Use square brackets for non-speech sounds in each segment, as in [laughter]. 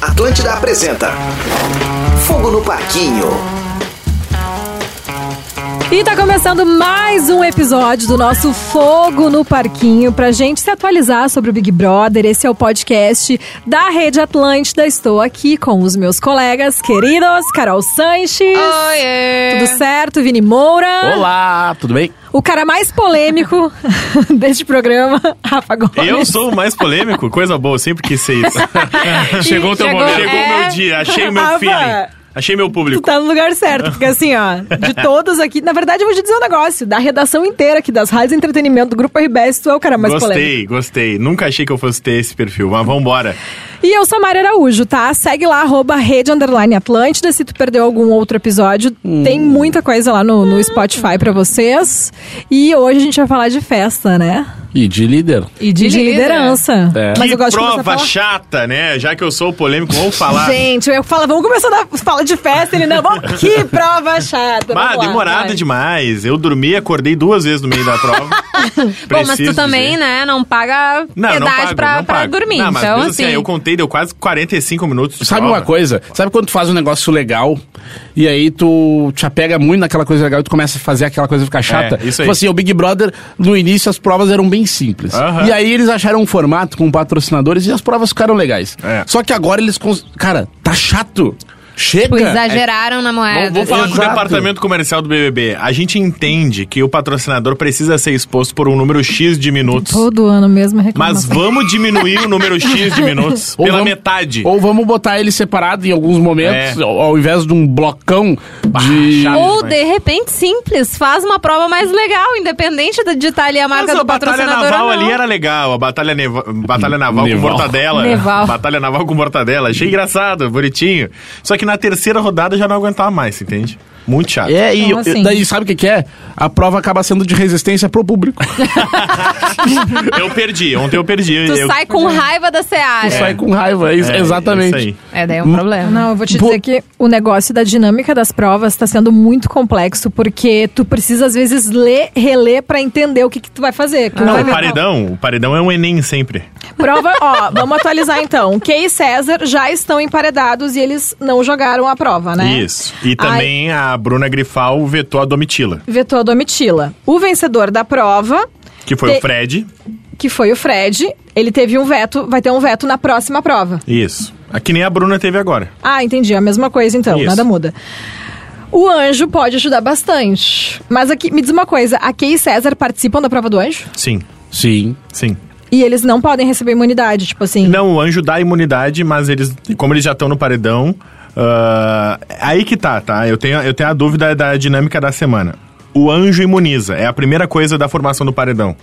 Atlântida apresenta Fogo no Parquinho. E tá começando mais um episódio do nosso Fogo no Parquinho pra gente se atualizar sobre o Big Brother. Esse é o podcast da Rede Atlântida. Estou aqui com os meus colegas queridos, Carol Sanches. Oiê! Tudo certo? Vini Moura. Olá, tudo bem? O cara mais polêmico [laughs] deste programa, Rafa Gomes. Eu sou o mais polêmico, coisa boa, eu sempre quis ser [laughs] isso. chegou o teu Chegou, momento, chegou é. o meu dia, achei o Rafa. meu feeling, achei meu Tu público. tá no lugar certo, porque assim, ó, de todos aqui, na verdade, eu vou te dizer um negócio, da redação inteira aqui das rádios de entretenimento do Grupo RBS, tu é o cara mais gostei, polêmico. gostei. Nunca achei que eu fosse ter esse perfil, mas vambora. E eu sou a Mari Araújo, tá? Segue lá, arroba Rede Underline Atlântida, se tu perdeu algum outro episódio, Hum. tem muita coisa lá no, Ah. no Spotify pra vocês. E hoje a gente vai falar de festa, né? E de líder. E de, líder. liderança. É. Mas né? que eu gosto de começar a prova falar- chata, né? Já que eu sou o polêmico, vamos falar. Gente, eu falo, vamos começar a falar de festa, ele não, vamos, [laughs] que prova chata. Ah, vamos lá, demorado vai. demais. Eu dormi, acordei duas vezes no meio da [laughs] prova. Bom, mas tu Preciso também, dizer. né, não paga Não, piedade não pago, pra, não pra pago. dormir. Não, mas então, mesmo assim, eu contei, deu quase 45 minutos de Sabe prova. uma coisa? Sabe quando tu faz um negócio legal e aí tu te apega muito naquela coisa legal e tu começa a fazer aquela coisa ficar chata? É, isso aí. Tipo assim, o Big Brother, no início as provas eram bem simples. Aham. E aí eles acharam um formato com patrocinadores e as provas ficaram legais. É. Só que agora eles. cons- Cara, tá chato. Chega. É, tipo, exageraram na Vamos, moeda. vamos falar com o Exato. departamento comercial do BBB. A gente entende que o patrocinador precisa ser exposto por um número X de minutos. Todo ano mesmo é Mas reclamação. vamos diminuir o número X [laughs] de minutos Ou pela vamos- metade. Ou vamos botar ele separado em alguns momentos, É. ao, ao invés de um blocão de. chato. Ou, de repente, simples, faz uma prova mais legal, independente de digitar ali a marca Mas a do batalha patrocinador ou naval não. ali era legal, a batalha, neva- batalha naval com Neval. mortadela. Neval. Batalha naval com mortadela. Achei engraçado, bonitinho. Só que na terceira rodada eu já não aguentava mais, entende? Muito chato. É, e Então, assim- daí sabe o que, que é? A prova acaba sendo de resistência pro público. Eu perdi, ontem eu perdi. Tu eu, sai Uhum. com raiva da Seara. Sai com raiva, é isso- É, exatamente. isso aí. É, daí é um problema. Não, eu vou te Bo- dizer que o negócio da dinâmica das provas está sendo muito complexo, porque tu precisa, às vezes, ler, reler para entender o que, que tu vai fazer. que tu vai Não, o ver. paredão, o paredão é um Enem sempre. Prova, ó, vamos atualizar então. Kay e César já estão emparedados e eles não jogaram a prova, né? Isso. E também a Bruna Grifal vetou a Domitila, Vetou a Domitila. O vencedor da prova, que foi Te- o Fred. que foi o Fred, ele teve um veto, vai ter um veto na próxima prova. Isso. A que nem a Bruna teve agora. Ah, entendi. A mesma coisa então, Isso. nada muda. O anjo pode ajudar bastante. Mas aqui, me diz uma coisa: a Kay e César participam da prova do anjo? Sim, Sim. sim. E eles não podem receber imunidade, tipo assim. Não, o anjo dá imunidade, mas eles, como eles já estão no paredão, ah, aí que tá, tá? Eu tenho, eu tenho a dúvida da dinâmica da semana. O anjo imuniza, é a primeira coisa da formação do paredão.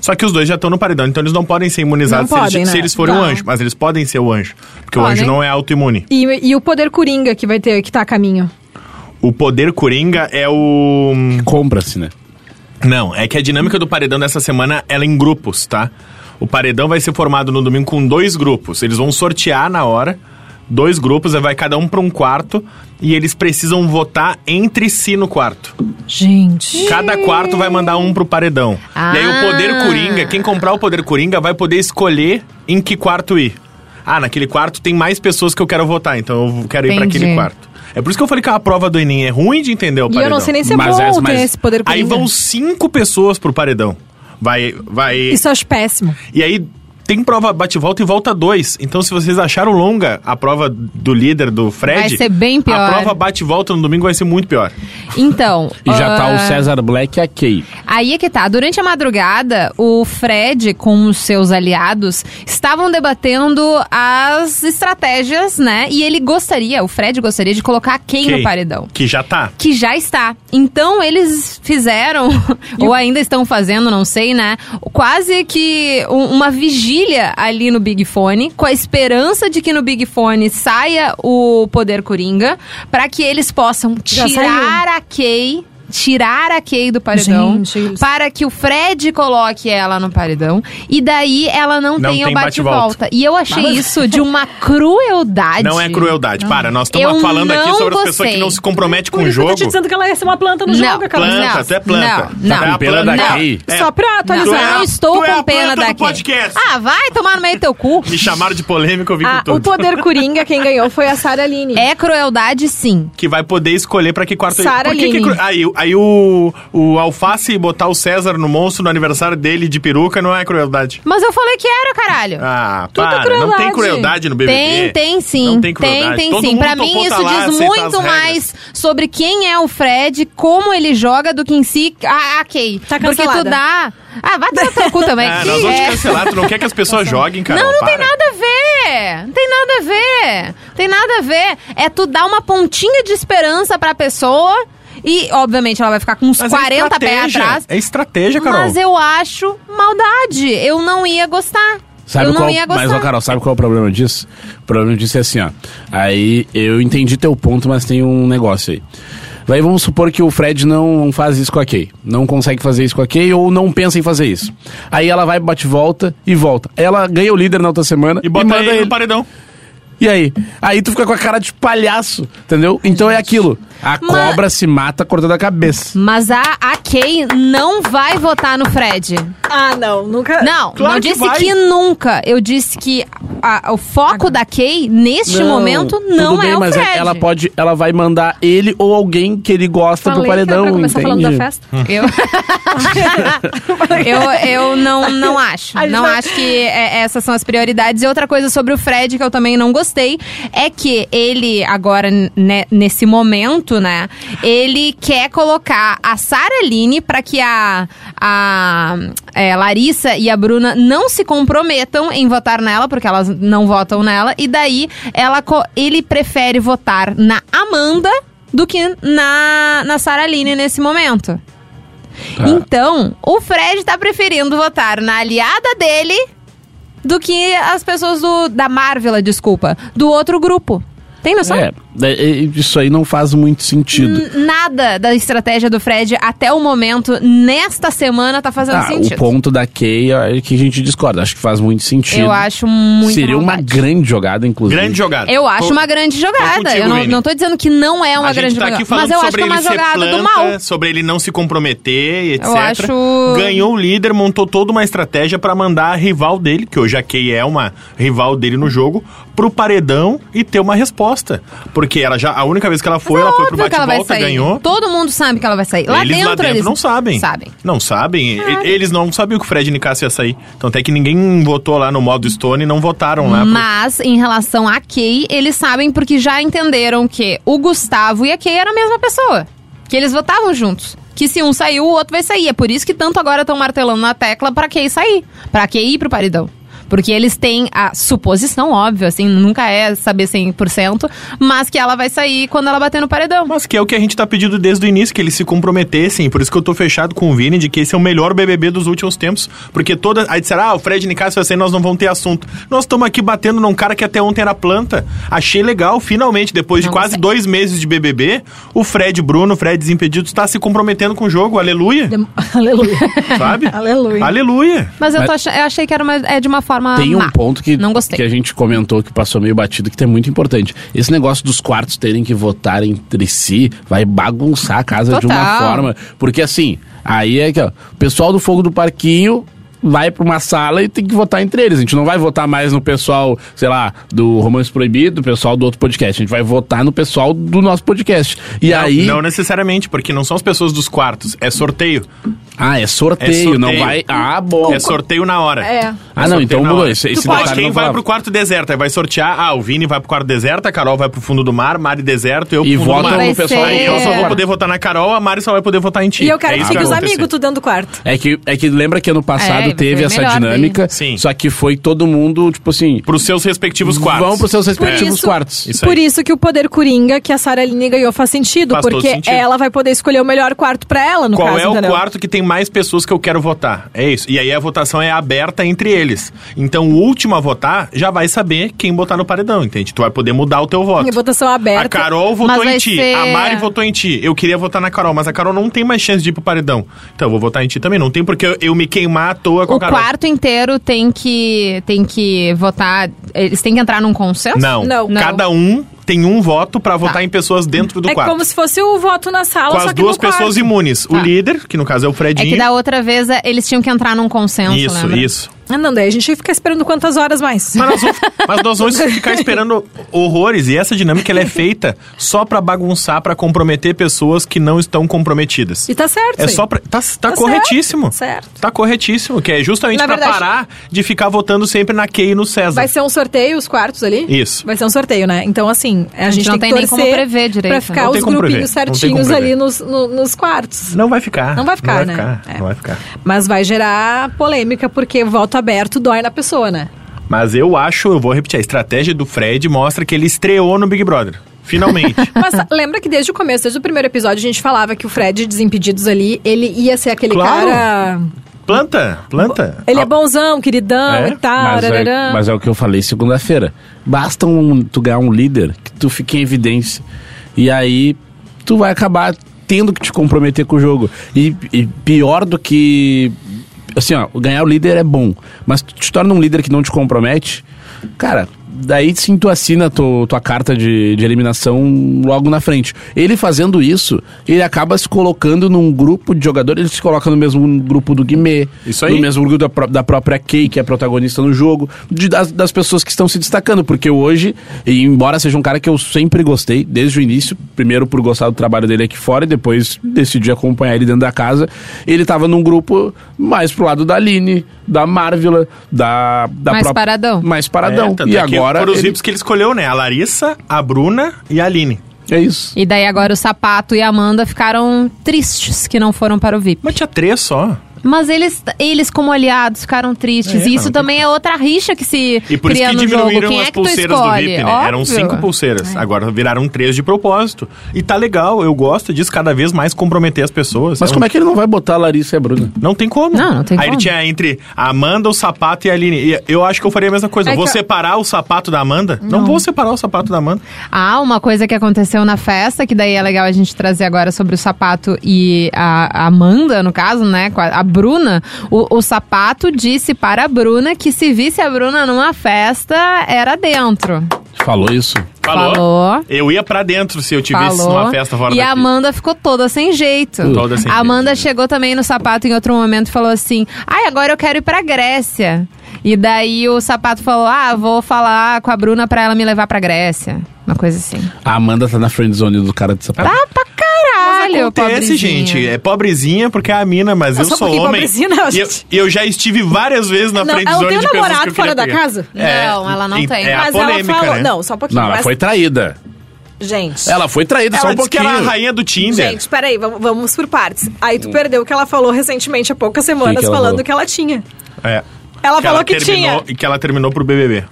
Só que os dois já estão no paredão, então eles não podem ser imunizados Não se, podem, eles, né? se eles forem Não. o anjo, mas eles podem ser o anjo, porque o Podem. anjo não é autoimune. E, e o poder coringa que vai ter, que tá a caminho. O poder coringa é o Compra-se, né? Não, é que a dinâmica do paredão dessa semana ela é em grupos, tá? O paredão vai ser formado no domingo com dois grupos. Eles vão sortear na hora dois grupos, aí vai cada um pra um quarto e eles precisam votar entre si no quarto. Gente. Cada quarto vai mandar um pro paredão. E aí Ah. o poder coringa, quem comprar o poder coringa vai poder escolher em que quarto ir. Ah, naquele quarto tem mais pessoas que eu quero votar, então eu quero ir pra Entendi. aquele quarto. É por isso que eu falei que a prova do Enem é ruim de entender o E paredão. eu não sei nem se é Mas bom é- ter mas- esse poder coringa. Aí vão cinco pessoas pro paredão. Vai, vai. Isso eu acho péssimo. E aí tem prova bate-volta e volta dois. Então, se vocês acharam longa a prova do líder do Fred, Vai ser bem pior. A prova bate-volta no domingo vai ser muito pior. Então. E já tá o ah, César Black e a Kay. Aí é que tá. Durante a madrugada, o Fred com os seus aliados estavam debatendo as estratégias, né? E ele gostaria, o Fred gostaria de colocar a Kay no Que- paredão. Que já tá. Que já está. Então eles [laughs] fizeram, ou ainda estão fazendo, não sei, né? Quase que um- uma vigília ali no Big Fone, com a esperança de que no Big Fone saia o poder coringa, pra que eles possam Já tirar a Kay tirar a Kay do paredão Gente, eles- para que o Fred coloque ela no paredão. E daí ela não, Não tenha tem o bate-volta. bate-volta. e eu achei isso [laughs] de uma crueldade. Não é crueldade. Para, nós Eu estamos falando aqui não sobre as pessoas gostei. que não se comprometem com Por o isso que eu jogo. tô te dizendo que ela ia ser uma planta no Não, jogo, aquela. planta. Planta, até planta. Não, não. Tá com pena planta. daqui? É. Só pra Não, atualizar. Tu é a- não estou tu é a com pena planta do daqui. podcast. Ah, vai tomar no meio do [laughs] teu cu. Me chamaram de polêmico, eu vim Ah, com o tudo. poder coringa, quem ganhou foi a Sara Aline. É crueldade, sim. Que vai poder escolher pra que quarto... Sara Por que que Lini. cru- Aí, aí o, o Alface botar o César no monstro no aniversário dele de peruca não é crueldade. Mas eu falei que era, caralho. Ah, Tudo para. Não tem crueldade. crueldade no BBB. Tem, tem sim. Não tem tem, crueldade. tem Todo sim. mundo Pra mim, topou isso tá lá, diz aceitar as muito regras. mais sobre quem é o Fred, como ele joga, do que em si. Ah, ok. Tá Porque tu cancelada. dá. Ah, vai tomar teu cu [laughs] também. Ah, nós vamos te É. cancelar. Tu não quer que as pessoas joguem, cara. Não, não tem para. nada a ver. Não tem nada a ver. Tem nada a ver. É tu dar uma pontinha de esperança pra pessoa e, obviamente, ela vai ficar com uns Mas é 40 pés estratégia. atrás. É estratégia, Carol. Mas é- eu acho maldade. Eu não ia gostar. Sabe eu não qual, ia gostar. mas, ó, Carol, sabe qual é o problema disso? O problema disso é assim, ó. Aí eu entendi teu ponto, mas tem um negócio aí. Daí vamos supor que o Fred não faz isso com a Kay. Não consegue fazer isso com a Kay ou não pensa em fazer isso. Aí ela vai, bate volta e volta. Ela ganha o líder na outra semana E bota manda ele no paredão. E aí? Aí tu fica com a cara de palhaço, entendeu? Então é aquilo. A Mas- cobra se mata cortando a cabeça. Mas a, a Kay não vai votar no Fred. Ah, não, nunca. Não, Claro não que disse vai. que nunca. Eu disse que a- o foco da Kay, neste momento, não tudo é bem, o mas Fred. ela pode, ela vai mandar ele ou alguém que ele gosta Falei pro que era paredão, pra começar entende? falando da festa. Eu, [laughs] eu, eu não, não acho. A gente Não vai- acho que é- essas são as prioridades. E outra coisa sobre o Fred, que eu também não gostei, é que ele, agora, né, nesse momento, né, ele quer colocar a Sara Aline pra que a, a é, Larissa e a Bruna não se comprometam em votar nela, porque elas não votam nela. E daí, ela, co- ele prefere votar na Amanda do que na, na Sara Aline nesse momento. É. Então, o Fred tá preferindo votar na aliada dele do que as pessoas do, da Marvel, desculpa, do outro grupo. Tem noção? É, é, é, isso aí não faz muito sentido. N- Nada da estratégia do Fred até o momento, nesta semana, tá fazendo Ah, o sentido. ponto da Kay é que a gente discorda. Acho que faz muito sentido. Eu acho muito Seria uma maldade. grande jogada, inclusive. Grande jogada. Eu acho Com- uma grande jogada. contigo, eu não, Vini. não tô dizendo que não é uma a grande gente tá jogada. aqui falando mas eu acho sobre que é uma ele ser jogada planta, do mal. sobre ele não se comprometer, e etc. Eu acho- Ganhou o líder, montou toda uma estratégia pra mandar a rival dele, que hoje a Kay é uma rival dele no jogo, pro paredão e ter uma resposta. Porque ela já a única vez que ela foi, Mas é ela foi pro óbvio que ela vai bate-volta, sair. ganhou. Todo mundo sabe que ela vai sair. lá eles dentro, lá dentro eles não sabem. Sabem. Ah. Não sabem. E- Eles não sabiam que o Fred Nicasso ia sair. Então até que ninguém votou lá no modo Stone e não votaram Tá lá. pro- Mas, em relação a Kay, eles sabem porque já entenderam que o Gustavo e a Kay eram a mesma pessoa. Que eles votavam juntos. Que se um saiu, o outro vai sair. É por isso que tanto agora estão martelando na tecla pra Kay sair. Pra Kay ir pro paredão. Porque eles têm a suposição, óbvio, assim, nunca é saber 100%, mas que ela vai sair quando ela bater no paredão. Mas que é o que a gente tá pedindo desde o início, que eles se comprometessem. Por isso que eu tô fechado com o Vini de que esse é o melhor BBB dos últimos tempos. Porque toda. Aí disseram, ah, o Fred Nicasso vai sair, nós não vamos ter assunto. Nós estamos aqui batendo num cara que até ontem era planta. Achei legal, finalmente, depois Não de quase gostei. dois meses de BBB, o Fred Bruno, o Fred Desimpedido, está se comprometendo com o jogo. É, [laughs] Aleluia. Dem- Aleluia. Sabe? Aleluia. Aleluia. Mas eu, Mas- tô ach- eu achei que era uma- é de uma forma. Tem um má. ponto que, Não gostei. que a gente comentou que passou meio batido, que é muito importante. Esse negócio dos quartos terem que votar entre si vai bagunçar a casa de uma Total. forma. Porque assim, aí é que ó, o pessoal do Fogo do Parquinho vai pra uma sala e tem que votar entre eles. A gente não vai votar mais no pessoal, sei lá, do Romance Proibido, do pessoal do outro podcast. A gente vai votar no pessoal do nosso podcast. E aí. Não necessariamente, porque não são as pessoas dos quartos, é sorteio. Ah, é sorteio, É sorteio. não vai. Ah, bom. É sorteio na hora. É. Ah, não, sorteio então na mudou hora. esse- Tu esse pode, detalhe eu quem não vai falava. pro quarto deserto, aí vai sortear. Ah, o Vini vai pro quarto deserto, a Carol vai pro fundo do mar, Mari deserto, eu E pro fundo votam do mar. Vai no pessoal. ser- Aí eu só É. vou poder votar na Carol, a Mari só vai poder votar em ti. E eu quero É que isso fique os vai acontecer. amigos, tu dentro do quarto. É que, é que lembra que ano passado vai mundo teve ser essa melhor dinâmica. daí. Sim. Só que foi todo mundo, tipo assim. Pros seus respectivos quartos. Vão pros seus Por respectivos isso, quartos. Isso por aí. isso que o poder coringa que a Sarah Aline ganhou faz sentido, Faz todo porque sentido. ela vai poder escolher o melhor quarto pra ela, no Qual caso, é o entendeu? quarto que tem mais pessoas que eu quero votar? É isso. E aí a votação é aberta entre eles. Então o último a votar já vai saber quem botar no paredão, entende? Tu vai poder mudar o teu voto. Em votação aberta. A Carol Mas votou vai em ti, ser- a Mari votou em ti. Eu queria votar na Carol, mas a Carol não tem mais chance de ir pro paredão. Então eu vou votar em ti também. Não tem porque eu, eu me queimar à toa com O a Carol. quarto inteiro tem que, tem que votar. Eles têm que entrar num consenso? Não. Não. Tá. Cada um tem um voto pra votar em pessoas dentro do é quarto. como se fosse o voto na sala, com só as que duas no quarto. pessoas imunes. Tá. O líder, que no caso é o É Fredinho. que um da outra vez é, eles tinham que entrar num consenso, isso, lembra? isso. Ah, não, daí a gente fica esperando quantas horas mais. Mas nós, vamos, mas nós vamos ficar esperando horrores. E essa dinâmica ela é feita só pra bagunçar, pra comprometer pessoas que não estão comprometidas. [laughs] E tá certo. É isso aí. só pra, tá, tá Tá corretíssimo. certo, certo. Tá corretíssimo, que é justamente Na pra verdade- parar de ficar votando sempre na Kay e no César. Vai ser um sorteio os quartos ali? Isso. Vai ser um sorteio, né? Então, assim, a, gente gente, não tem, tem nem que torcer como prever direito, pra né? ficar Não os tem como grupinhos prever, não tem certinhos como ali prever. nos, no- nos quartos. Não vai ficar. Não vai ficar, né? É. Não vai ficar. Mas vai gerar polêmica, porque voto aberto dói na pessoa, né? Mas eu acho, eu vou repetir, a estratégia do Fred mostra que ele estreou no Big Brother. Finalmente. [laughs] [laughs] Mas lembra que desde o começo, desde o primeiro episódio, a gente falava que o Fred, Desimpedidos ali, ele ia ser aquele Claro. cara... planta, planta. Ele é bonzão, queridão É, e tal. Mas é, rararã. mas é o que eu falei segunda-feira. Basta um, tu ganhar um líder que tu fique em evidência. E aí tu vai acabar tendo que te comprometer com o jogo. E, e pior do que. Assim, ó, ganhar o líder é bom. Mas tu te torna um líder que não te compromete, cara. Daí sim tu assina tu, tua carta de, de eliminação logo na frente. Ele fazendo isso, ele acaba se colocando num grupo de jogadores, ele se coloca no mesmo grupo do Guimê, Isso aí. no mesmo grupo da, pró- da própria Kay, que é a protagonista no jogo, de- das, das pessoas que estão se destacando, porque hoje, e embora seja um cara que eu sempre gostei, desde o início, primeiro por gostar do trabalho dele aqui fora e depois decidi acompanhar ele dentro da casa, ele tava num grupo mais pro lado da Aline, da Marvila, da, da Mais paradão. Mais paradão. É, tanto e é que agora. Foram os ele- VIPs que ele escolheu, né? A Larissa, a Bruna e a Aline. É isso. E daí agora o Sapato e a Amanda ficaram tristes que não foram para o VIP. Mas tinha três só. Mas eles, eles como aliados, ficaram tristes. É, e não isso tem também é outra rixa que se E por cria isso que no jogo. diminuíram Quem as é que tu pulseiras do escolhe? VIP, né? Óbvio. Eram cinco pulseiras. Agora viraram três de propósito. E tá legal, eu gosto disso, cada vez mais comprometer as pessoas. É Mas um- como é que ele não vai botar a Larissa e a Bruna? Não tem como. Não, não tem Aí ele como. tinha entre a Amanda, o sapato e a Aline. E eu acho que eu faria a mesma coisa. É vou que eu- separar o sapato da Amanda? Não. vou separar o sapato da Amanda. Ah, uma coisa que aconteceu na festa, que daí é legal a gente trazer agora sobre o sapato e a a Amanda, no caso, né? com A a Bruna. O, o sapato disse para a Bruna que se visse a Bruna numa festa, era dentro. Falou isso. Falou. Eu ia pra dentro se eu te visse Falou. numa festa fora e a daqui. Amanda ficou toda sem jeito. Toda sem a Amanda jeito, chegou também no sapato em outro momento e falou assim: ai, agora eu quero ir pra Grécia. E daí o sapato falou: ah, vou falar com a Bruna pra ela me levar pra Grécia. Uma coisa assim. A Amanda tá na friend zone do cara de sapato. Ah, pra Mas caralho, acontece, pobrezinha. gente. É pobrezinha porque é a mina, mas Não, eu só sou porque homem. pobrezinha não, e eu, gente. e eu já estive várias vezes na Não, frente ela dos tem olhos um de pessoas namorado que eu fora queria da pegar. casa? Não, ela não en- tem. É a mas polêmica, ela falou. né? Não, só um pouquinho. Não, ela mas- foi traída. Gente. Ela foi traída, só Ela um disse que pouquinho. era a rainha do Tinder. Gente, peraí, vamos, vamos por partes. Aí tu perdeu o que ela falou recentemente, há poucas semanas, que ela falando falou? que ela tinha. É. Ela falou que terminou, tinha. E que ela terminou pro BBB.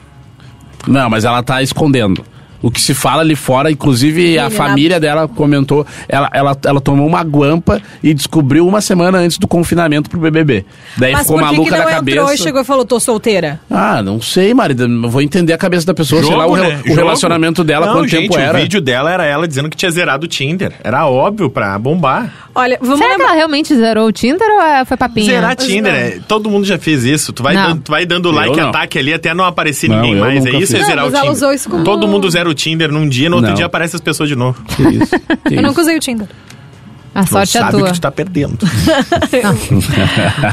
Não, mas ela tá escondendo. O que se fala ali fora, inclusive a Menina. família dela comentou, ela, ela, ela tomou uma guampa e descobriu uma semana antes do confinamento pro BBB. Daí Mas ficou por que, que maluca da não cabeça. entrou e chegou e falou, tô solteira? Ah, não sei, marido. Eu Vou entender a cabeça da pessoa, sei lá, o, Jogo, re- né? o Jogo. relacionamento dela, Não, quanto gente, tempo era. O vídeo dela era ela dizendo que tinha zerado o Tinder. Era óbvio pra bombar. Olha, vamos Será que lembrar. ela realmente zerou o Tinder ou é- foi papinha? Zerar Tinder, é, todo mundo já fez isso. Tu vai, Não. dando, tu vai dando like, não. ataque ali até não aparecer Não, ninguém eu mais. É nunca isso, é fiz. zerar Não, o mas ela Tinder. usou isso como- Todo mundo zera o Tinder num dia, no outro Não. dia aparecem as pessoas de novo. Que isso, que [laughs] Eu isso. nunca usei o [laughs] Tinder. A Não sorte é sabe o tua. que tu tá perdendo.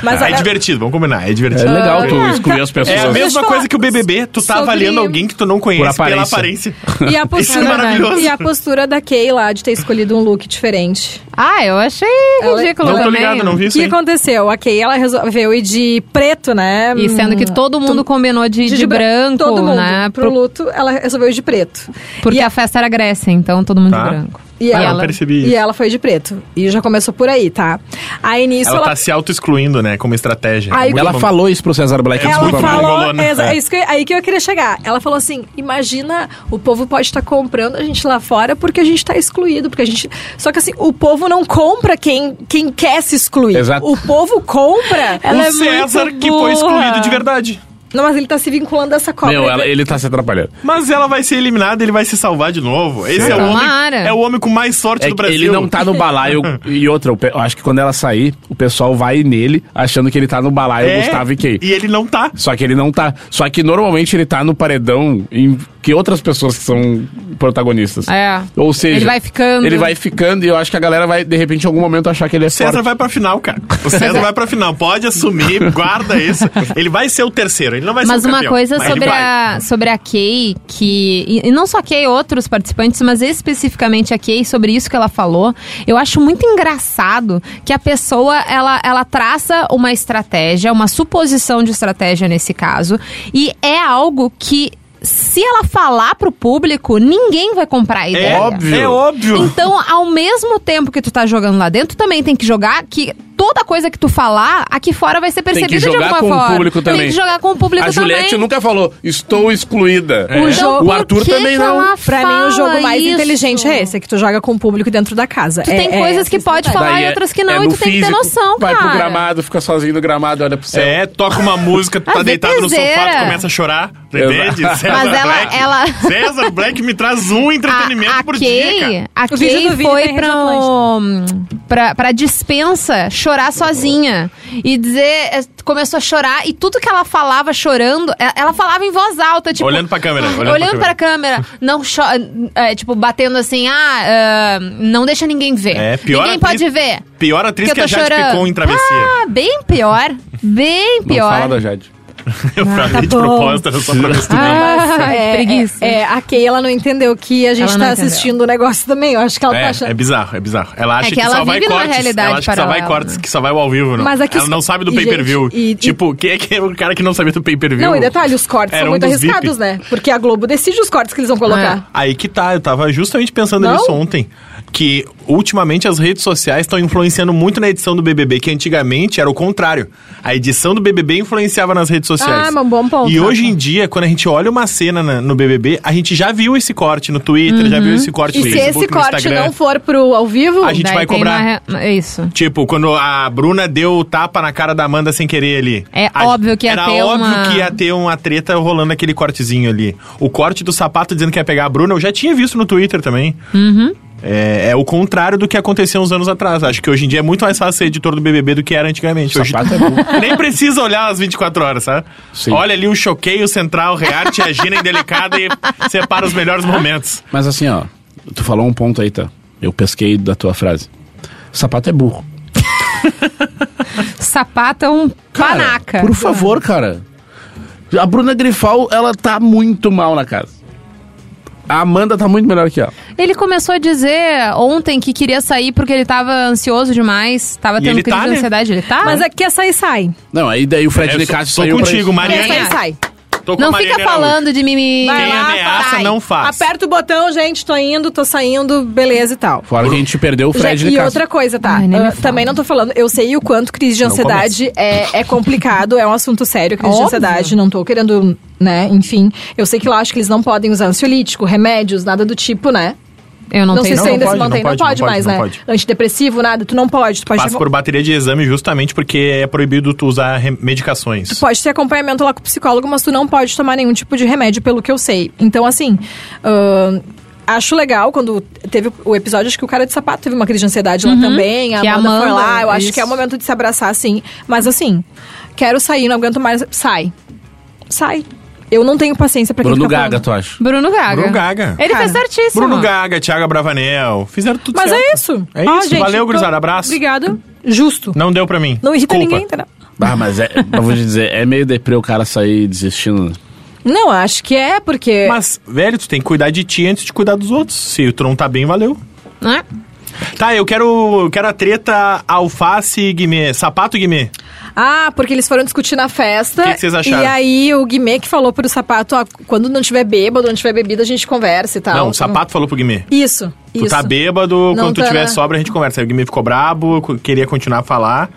Mas é olha, divertido, vamos combinar, é É divertido. legal tu excluir as pessoas. É a Deixa eu mesma falar coisa que o BBB, tu tá sobre- avaliando alguém que tu não conhece Por aparência. pela aparência. e a Isso é postura, maravilhoso. e a postura da Kay lá de ter escolhido um look diferente. Ah, eu achei Ela- ridículo Não tô também. ligado, não vi O isso que aí. aconteceu? A Kay, ela resolveu ir de preto, né? E sendo que todo mundo combinou Hum, de, de, branco, todo mundo. né? Pro luto, ela resolveu ir de preto. Porque a festa era Grécia, então todo mundo Tá. de branco. E Ah, eu ela, percebi e isso. ela foi de preto. E já começou por aí, tá? Aí nisso Ela tá se auto-excluindo, né? Como estratégia. Aí- Muito Ela bom. falou isso pro César Black, É, Ela desculpa, muito mãe. falou, mangolona. exa- É. isso que- aí que eu queria chegar. Ela falou assim: imagina, o povo pode estar comprando a gente lá fora porque a gente tá excluído, porque a gente. Só que assim, o povo não compra quem, quem quer se excluir. Exato. O povo compra. O Ela é César muito que foi excluído burra. de verdade. Não, mas ele tá se vinculando a essa cobra. Meu, ela- ele tá se atrapalhando. Mas ela vai ser eliminada, ele vai se salvar de novo. Esse é o, homem, Tomara. é o homem com mais sorte É do que Brasil. ele não tá [laughs] no balaio. e outra, eu pe- eu acho que quando ela sair, o pessoal vai nele achando que ele tá no balaio É, Gustavo e Kay. E ele não tá. Só que ele não tá. Só que normalmente ele tá no paredão em que outras pessoas que são protagonistas. É. Ou seja, Ele vai ficando. Ele vai ficando e eu acho que a galera vai, de repente, em algum momento, achar que ele é O César forte. vai pra final, cara. O César vai pra final. Pode [laughs] assumir, guarda isso. Ele vai ser o terceiro, ele não vai Mas ser o uma campeão, coisa mas ele sobre vai. a, sobre a Kay, que. E, e não só a Kay, outros participantes, mas especificamente a Kay, sobre isso que ela falou. Eu acho muito engraçado que a pessoa, ela, ela traça uma estratégia, uma suposição de estratégia nesse caso, e é algo que. Se ela falar pro público, ninguém vai comprar a ideia. É óbvio. É óbvio. Então, ao mesmo tempo que tu tá jogando lá dentro, tu também tem que jogar que toda coisa que tu falar aqui fora vai ser percebida de jogar alguma com o forma. público Tem também. que jogar com o público A Juliette também. nunca falou, estou excluída. É. O, jogo, o Arthur por que tá também que não. ela Pra mim, o jogo fala mais isso? inteligente é esse, é que tu joga com o público dentro da casa. Tu É- tem é coisas essa que pode estratégia. falar Daí e é- outras que é não, e no tu tem que ter físico, noção, Vai cara. pro gramado, fica sozinho no gramado, olha pro céu. É, toca uma música, tu A tá deitado no sofá, tu VTZera. começa a chorar. tu Entende? Exato. César Mas ela- Black. ela- Ah, César Black me traz [laughs] um entretenimento a, a por Kay, dia, cara. A O vídeo Kay do vídeo foi tá em Rede pra, um- pra, pra dispensa chorar sozinha. E dizer. é, Começou a chorar e tudo que ela falava chorando, é, ela falava em voz alta, tipo. Olhando pra câmera, "Ah", olhando pra Olhando, pra câmera. Não chora. é, tipo, batendo assim, ah, ah, não deixa ninguém ver. É, pior ninguém atriz- pode ver. Pior atriz Porque que a eu tô Jade chorando. Picon em travessia. Ah, bem pior. Bem Não fala pior. da Jade. [laughs] Eu tá falei de bom. propósito, era só pra ver se tu lembra. Ah, É, preguiça. É, é, a Kay, ela não entendeu que a gente Ela não tá entendeu. assistindo o negócio também. Eu acho que ela tá É, achando. é bizarro, é bizarro. Ela acha que que, ela só vai vive numa cortes. realidade ela acha que só vai paralela, cortes, né? que só vai o ao vivo, não. Mas aqui ela os- não sabe do e, pay-per-view. gente, e- Tipo, quem é que é o cara que não sabia do pay-per-view? Não, e detalhe, os cortes Era são um muito dos VIP. arriscados, né? Porque a Globo decide os cortes que eles vão colocar. Aí que tá, eu tava justamente pensando Não? nisso ontem. Que ultimamente as redes sociais estão influenciando muito na edição do BBB, que antigamente era o contrário. A edição do BBB influenciava nas redes sociais. Ah, mas um bom ponto. E hoje em dia, quando a gente olha uma cena na- no BBB, a gente já viu esse corte no Twitter, já viu esse corte Uhum. É. E no se Facebook, esse no corte Instagram. não for pro ao vivo, A gente Daí vai tem cobrar. uma re- Isso. Tipo, quando a Bruna deu o tapa na cara da Amanda sem querer ali. É A- óbvio que ia era ter óbvio uma- que ia ter uma treta rolando aquele cortezinho ali. O corte do sapato dizendo que ia pegar a Bruna, eu já tinha visto no Twitter também. Uhum. É, é o contrário do que aconteceu uns anos atrás. Acho que hoje em dia é muito mais fácil ser editor do BBB do que era antigamente. Hoje Sapato é bom. nem precisa olhar as 24 horas, sabe? Sim. Olha ali o choqueio central, rearte, a Gina indelicada e separa os melhores momentos. Mas assim, ó, tu falou um ponto aí, tá? Eu pesquei da tua frase. Sapato é burro. Sapato é um Cara, panaca. Por favor, cara. A Bruna Grifal, ela tá muito mal na casa. A Amanda tá muito melhor que ela. Ele começou a dizer ontem que queria sair porque ele tava ansioso demais, tava E tendo ele crise tá, de né? ansiedade. Ele tá? mas é aqui essa aí sai. Não, aí daí o Fred É, de sou- Castro sou saiu pra- contigo, Mariana. Essa aí sai. Tô com a não Mariana fica Araújo. falando de mimimi. Vai é. Quem lá, ameaça sai. não faz. Aperta o botão, gente, tô indo, tô saindo, beleza e tal. Fora que a gente perdeu o Fred Já- de e Castro. outra coisa, tá? Ai, nem me Ah, fala. também não tô falando, eu sei o quanto crise de ansiedade é, é complicado, é um assunto sério, crise Óbvio. de ansiedade. Não tô querendo, né? Enfim, eu sei que lá acho que eles não podem usar ansiolítico, remédios, nada do tipo, né? Eu não, Não, sei tenho. se não ainda pode, se não mantém. Não pode, pode, não pode, mais, não né? pode. Antidepressivo, nada. Tu não pode. Tu pode, Passa ter, por bateria de exame justamente porque é proibido tu usar re- medicações. tu pode ter acompanhamento lá com o psicólogo, mas tu não pode tomar nenhum tipo de remédio, pelo que eu sei. Então, assim. ahn, Acho legal quando teve o episódio, acho que o cara de sapato teve uma crise de ansiedade lá também. A Que é a Amanda, foi Amanda, lá. Eu acho isso. que é o momento de se abraçar, sim. Mas assim, quero sair, não aguento mais. Sai. Sai. Eu não tenho paciência pra quem Bruno fica Gaga, falando. tu acha? Bruno Gaga. Bruno Gaga. Ele Cara, fez certíssimo. Bruno Gaga, Thiago Bravanel, fizeram tudo Mas certo. é isso. É Ah, isso. gente, Valeu, gurizada. tô- Abraço. Obrigada. Justo. Não deu pra mim. Não irrita Desculpa. ninguém, tá? entendeu? Ah, mas é, eu vou te dizer, é meio deprê o cara sair desistindo. Não, acho que é, porque. Mas, velho, tu tem que cuidar de ti antes de cuidar dos outros. Se tu não tá bem, valeu. Né? Tá, eu quero, eu quero a treta alface e guimê. Sapato e guimê. Ah, porque eles foram discutir na festa. O que que vocês acharam? E aí o Guimê que falou pro sapato, ó, quando não tiver bêbado, não tiver bebida, a gente conversa e tal. Não, o sapato falou pro Guimê. Isso, Tu isso. tá bêbado, Não, quando tu tá- tiver sobra a gente conversa. Aí o Guimê ficou brabo, co- queria continuar a falar.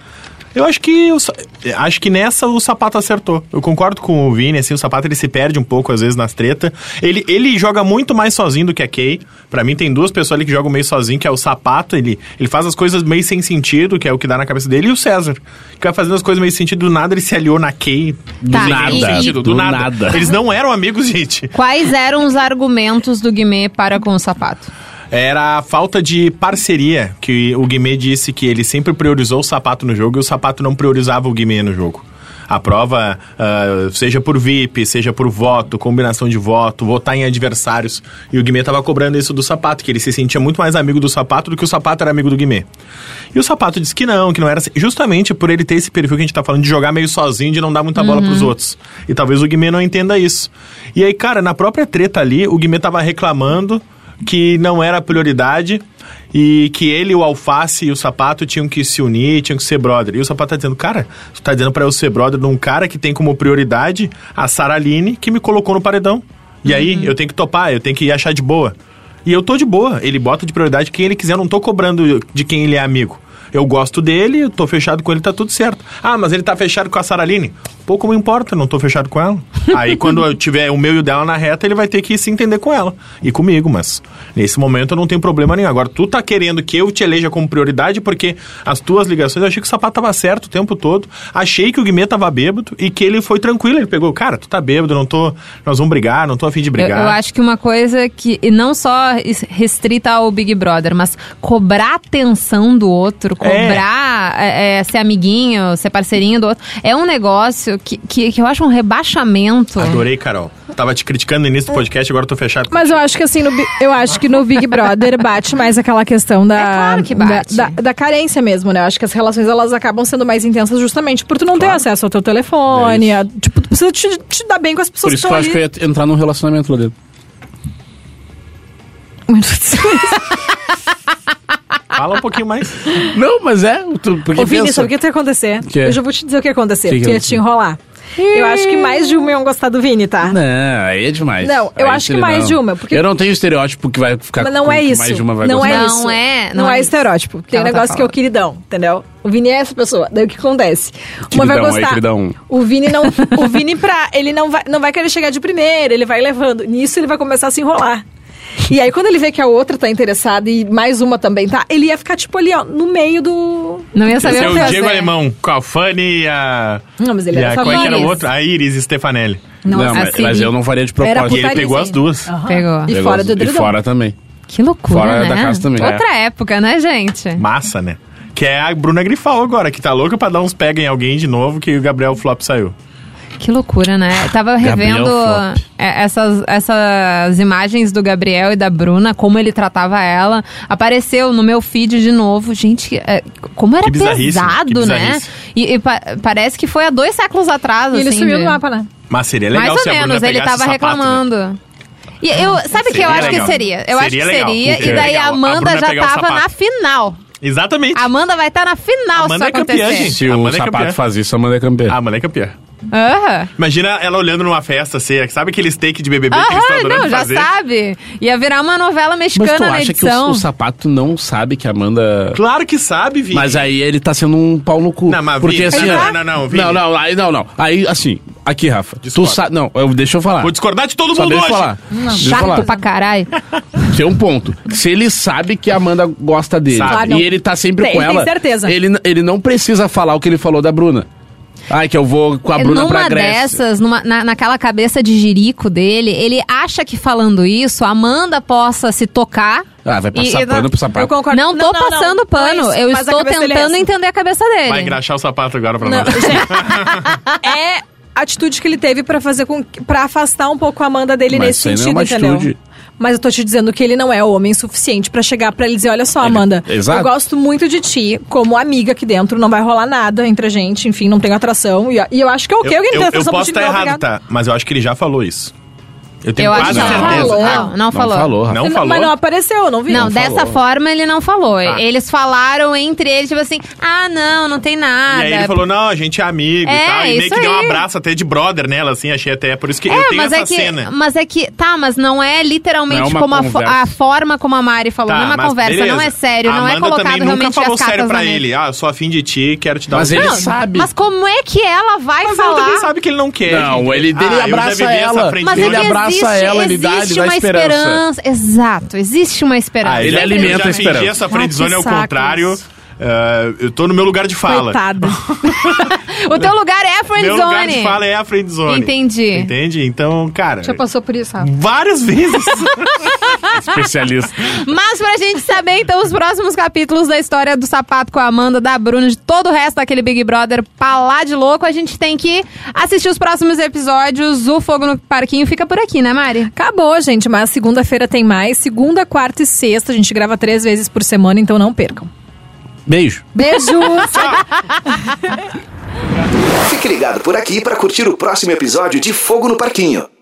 Eu acho que o sa- acho que nessa o sapato acertou. Eu concordo com o Vini, assim, o sapato ele se perde um pouco às vezes nas tretas. Ele, ele joga muito mais sozinho do que a Kay. Pra mim tem duas pessoas ali que jogam meio sozinho, que é o sapato, ele, ele faz as coisas meio sem sentido, que é o que dá na cabeça dele, e o César, que vai fazendo as coisas meio sem sentido, do nada ele se aliou na Kay. Do Tá, nada, e- sem sentido, do, do nada. nada. Eles não eram amigos, [laughs] gente. Quais eram os argumentos do Guimê para com o sapato? Era a falta de parceria, que o Guimê disse que ele sempre priorizou o sapato no jogo e o sapato não priorizava o Guimê no jogo. A prova, ah, seja por VIP, seja por voto, combinação de voto, votar em adversários. E o Guimê tava cobrando isso do sapato, que ele se sentia muito mais amigo do sapato do que o sapato era amigo do Guimê. E o sapato disse que não, que não era assim. Justamente por ele ter esse perfil que a gente tá falando de jogar meio sozinho, de não dar muita bola pros outros. E talvez o Guimê não entenda isso. E aí, cara, na própria treta ali, o Guimê tava reclamando que não era prioridade e que ele, o Alface e o Sapato tinham que se unir, tinham que ser brother. E o Sapato tá dizendo, cara, tu tá dizendo pra eu ser brother de um cara que tem como prioridade a Saraline que me colocou no paredão. E aí, eu tenho que topar, eu tenho que achar de boa. E eu tô de boa, ele bota de prioridade quem ele quiser, eu não tô cobrando de quem ele é amigo. Eu gosto dele, eu tô fechado com ele, tá tudo certo. Ah, mas ele tá fechado com a Saraline? Pouco me importa, eu não tô fechado com ela. Aí quando eu tiver o meu e o dela na reta, ele vai ter que se entender com ela e comigo, mas nesse momento eu não tenho problema nenhum. Agora, tu tá querendo que eu te eleja como prioridade porque as tuas ligações, eu achei que o sapato tava certo o tempo todo, achei que o Guimê tava bêbado e que ele foi tranquilo, ele pegou, cara, tu tá bêbado, eu não tô, nós vamos brigar, não tô afim de Eu, brigar. eu acho que uma coisa que, e não só is- restrita ao Big Brother, mas cobrar atenção do outro, É. cobrar é, é, ser amiguinho, ser parceirinho do outro, é um negócio que, que, que eu acho um rebaixamento. Adorei, Carol. Tava te criticando no início do podcast, agora eu tô fechado. Mas eu acho que assim, no, Bi- eu acho que no Big [laughs] Brother bate mais aquela questão da, É claro que bate. da, da- da carência mesmo, né? Eu acho que as relações elas acabam sendo mais intensas justamente por tu não ter acesso ao teu telefone, É a- tipo, tu precisa te, te dar bem com as pessoas Por isso que eu acho que eu estão ia entrar num relacionamento lá dentro. é- [laughs] Fala um pouquinho [laughs] mais. Não, mas é. Tu, porque Ô, Vini, pensa. sabe o que vai acontecer? Quê? Eu já vou te dizer o que ia acontecer, Que que porque ia aconteceu? te enrolar. Eu acho que mais de uma iam gostar do Vini, tá? Não, aí é demais. Não, eu Aí acho que seria- mais não. de uma, porque- Eu não tenho estereótipo que vai ficar Mas não com- é que isso. Mais de uma vai não, gostar. é Não isso. é- não, não é é estereótipo. Tem um ela tá negócio que é o falando. queridão, entendeu? O Vini é essa pessoa. Daí o que acontece? uma vai Queridão, aí, gostar. queridão. O Vini não, o Vini pra, ele não vai, não vai querer chegar de primeira, ele vai levando. Nisso ele vai começar a se enrolar. E aí quando ele vê que a outra tá interessada e mais uma também tá, ele ia ficar tipo ali, ó, no meio do Não ia Esse saber é o o que Diego fazer. Alemão, com a Fanny e a. Não, mas ele e era a, qual é que era o Iris. outro? A Iris Stefanelli. Não, Não, mas, assim, mas eu não faria de propósito. Era E ele Putaria, pegou sim. as duas. Pegou. E Pegou fora as- do E edredom. fora também. Que loucura, Fora né? da casa também. Outra É. época, né, gente? Massa, né? Que é a Bruna Grifal agora, que tá louca pra dar uns pega em alguém de novo, que o Gabriel Flop saiu. Que loucura, né? Eu tava Gabriel revendo Flop. é, essas, essas imagens do Gabriel e da Bruna, como ele tratava ela. Apareceu no meu feed de novo. Gente, é, como era Que bizarrice, né? Que pesado, né? bizarrice. E, e pa- parece que foi há dois séculos atrás, E ele assim, sumiu de- do mapa, né? Mas seria É legal Mais se ou a Bruna menos, ele pegasse tava o sapato, né? reclamando. E eu, sabe o que Seria eu acho que legal. seria? Eu acho que Seria legal. seria. Seria e daí legal. a A Amanda Bruna já pegar o tava sapato. na final. né? Exatamente. A [laughs] Amanda vai estar na final Amanda se é isso acontecer. campeã, gente. Se A o Amanda é sapato campeã. faz isso, a Amanda é campeã. Ah, mano, é campeã. Aham. Imagina ela olhando numa festa, assim, sabe aquele steak de BBB que eles estão Aham, adorando não, já fazer? sabe. Ia virar uma novela mas mexicana tu na acha que o, edição. o sapato não sabe que a Amanda... Claro que sabe, Vini. Mas aí ele tá sendo um pau no cu. Não, mas porque Vini, assim, não, ó, não, não, não, Vini. não, não, aí não, não. Aí assim, aqui, Rafa. Discordo. Tu sabe, não, eu, deixa eu falar. Vou discordar de todo tá. Só mundo deixa hoje. eu falar. Deixa eu falar. Chato pra caralho. Tem um ponto. Se ele sabe que a Amanda gosta dele Sabe. Claro, não. e ele tá sempre Tem- com tem ela, certeza. Ele, n- ele não precisa falar o que ele falou da Bruna. Ai, que eu vou com a Bruna pra É, numa Grécia. dessas, numa- na, naquela cabeça de jirico dele, ele acha que falando isso, a Amanda possa se tocar. Ah, vai passar E- e- pano pro Eu sapato. concordo. Não tô passando não é pano, isso, eu mas a estou cabeça dele é tentando essa. entender a cabeça dele. Vai engraxar o sapato agora pra Não, Amanda. gente, é a atitude que ele teve pra fazer com para afastar um pouco a Amanda dele Mas nesse isso aí não é sentido, uma entendeu? atitude. Mas eu tô te dizendo que ele não é homem suficiente pra chegar pra ele dizer, olha só, Amanda, exato. eu gosto muito de ti, como amiga aqui dentro, não vai rolar nada entre a gente, enfim, não tenho atração. E, e eu acho que é ok Eu, alguém eu, tem eu atração por posso ti, estar não, errado, obrigada. tá? Mas eu acho que ele já falou isso. Eu tenho eu acho quase que não certeza. falou. Ah, Não, não falou. Não falou, Rafa. Não falou? Mas não apareceu, não vi. Não, falou. dessa forma ele não falou. Tá. Eles falaram entre eles, tipo assim, ah, não, não tem E nada. aí ele falou, não, a gente é amigo É, e tal. E meio isso que deu um aí. abraço até de brother nela, assim, achei até. Por isso que É, eu tenho mas essa é que, cena. Mas é que. Tá, mas não é literalmente Não é uma como a, fo- conversa. a forma como a Mari falou. Tá, não é uma mas conversa, não é beleza. sério, A não é Amanda colocado também realmente nunca falou as cartas sério pra na mesa. ele. Ah, eu sou afim de ti, quero te dar Mas um ele beijo. sabe. Mas como é que ela vai Mas ela falar? também sabe que ele não quer. Não, gente. ele, ele Ah, eu já abraça vivi essa ela. frente Mas de é ele que olho. abraça existe, ela, ele dá, ele existe dá uma esperança. Exato, existe uma esperança. Ah, Ele eu já- alimenta eu já a fingi esperança. essa Ah, que friendzone ao sacos. contrário. Ah, eu tô no meu lugar de fala. Coitada. O teu lugar é a Meu lugar de friendzone. fala é a friendzone. Entendi. Entende? Então, cara, Já passou por isso, Rafa. várias vezes. Especialista. Mas pra gente saber, então, os próximos capítulos da história do sapato com a Amanda, da Bruna, de todo o resto daquele Big Brother pra lá de louco, a gente tem que assistir os próximos episódios. O Fogo no Parquinho fica por aqui, né, Mari? Acabou, gente, mas segunda-feira tem mais. Segunda, quarta e sexta. A gente grava três vezes por semana, então não percam. Beijo. Beijos! Fique ligado por aqui para curtir o próximo episódio de Fogo no Parquinho.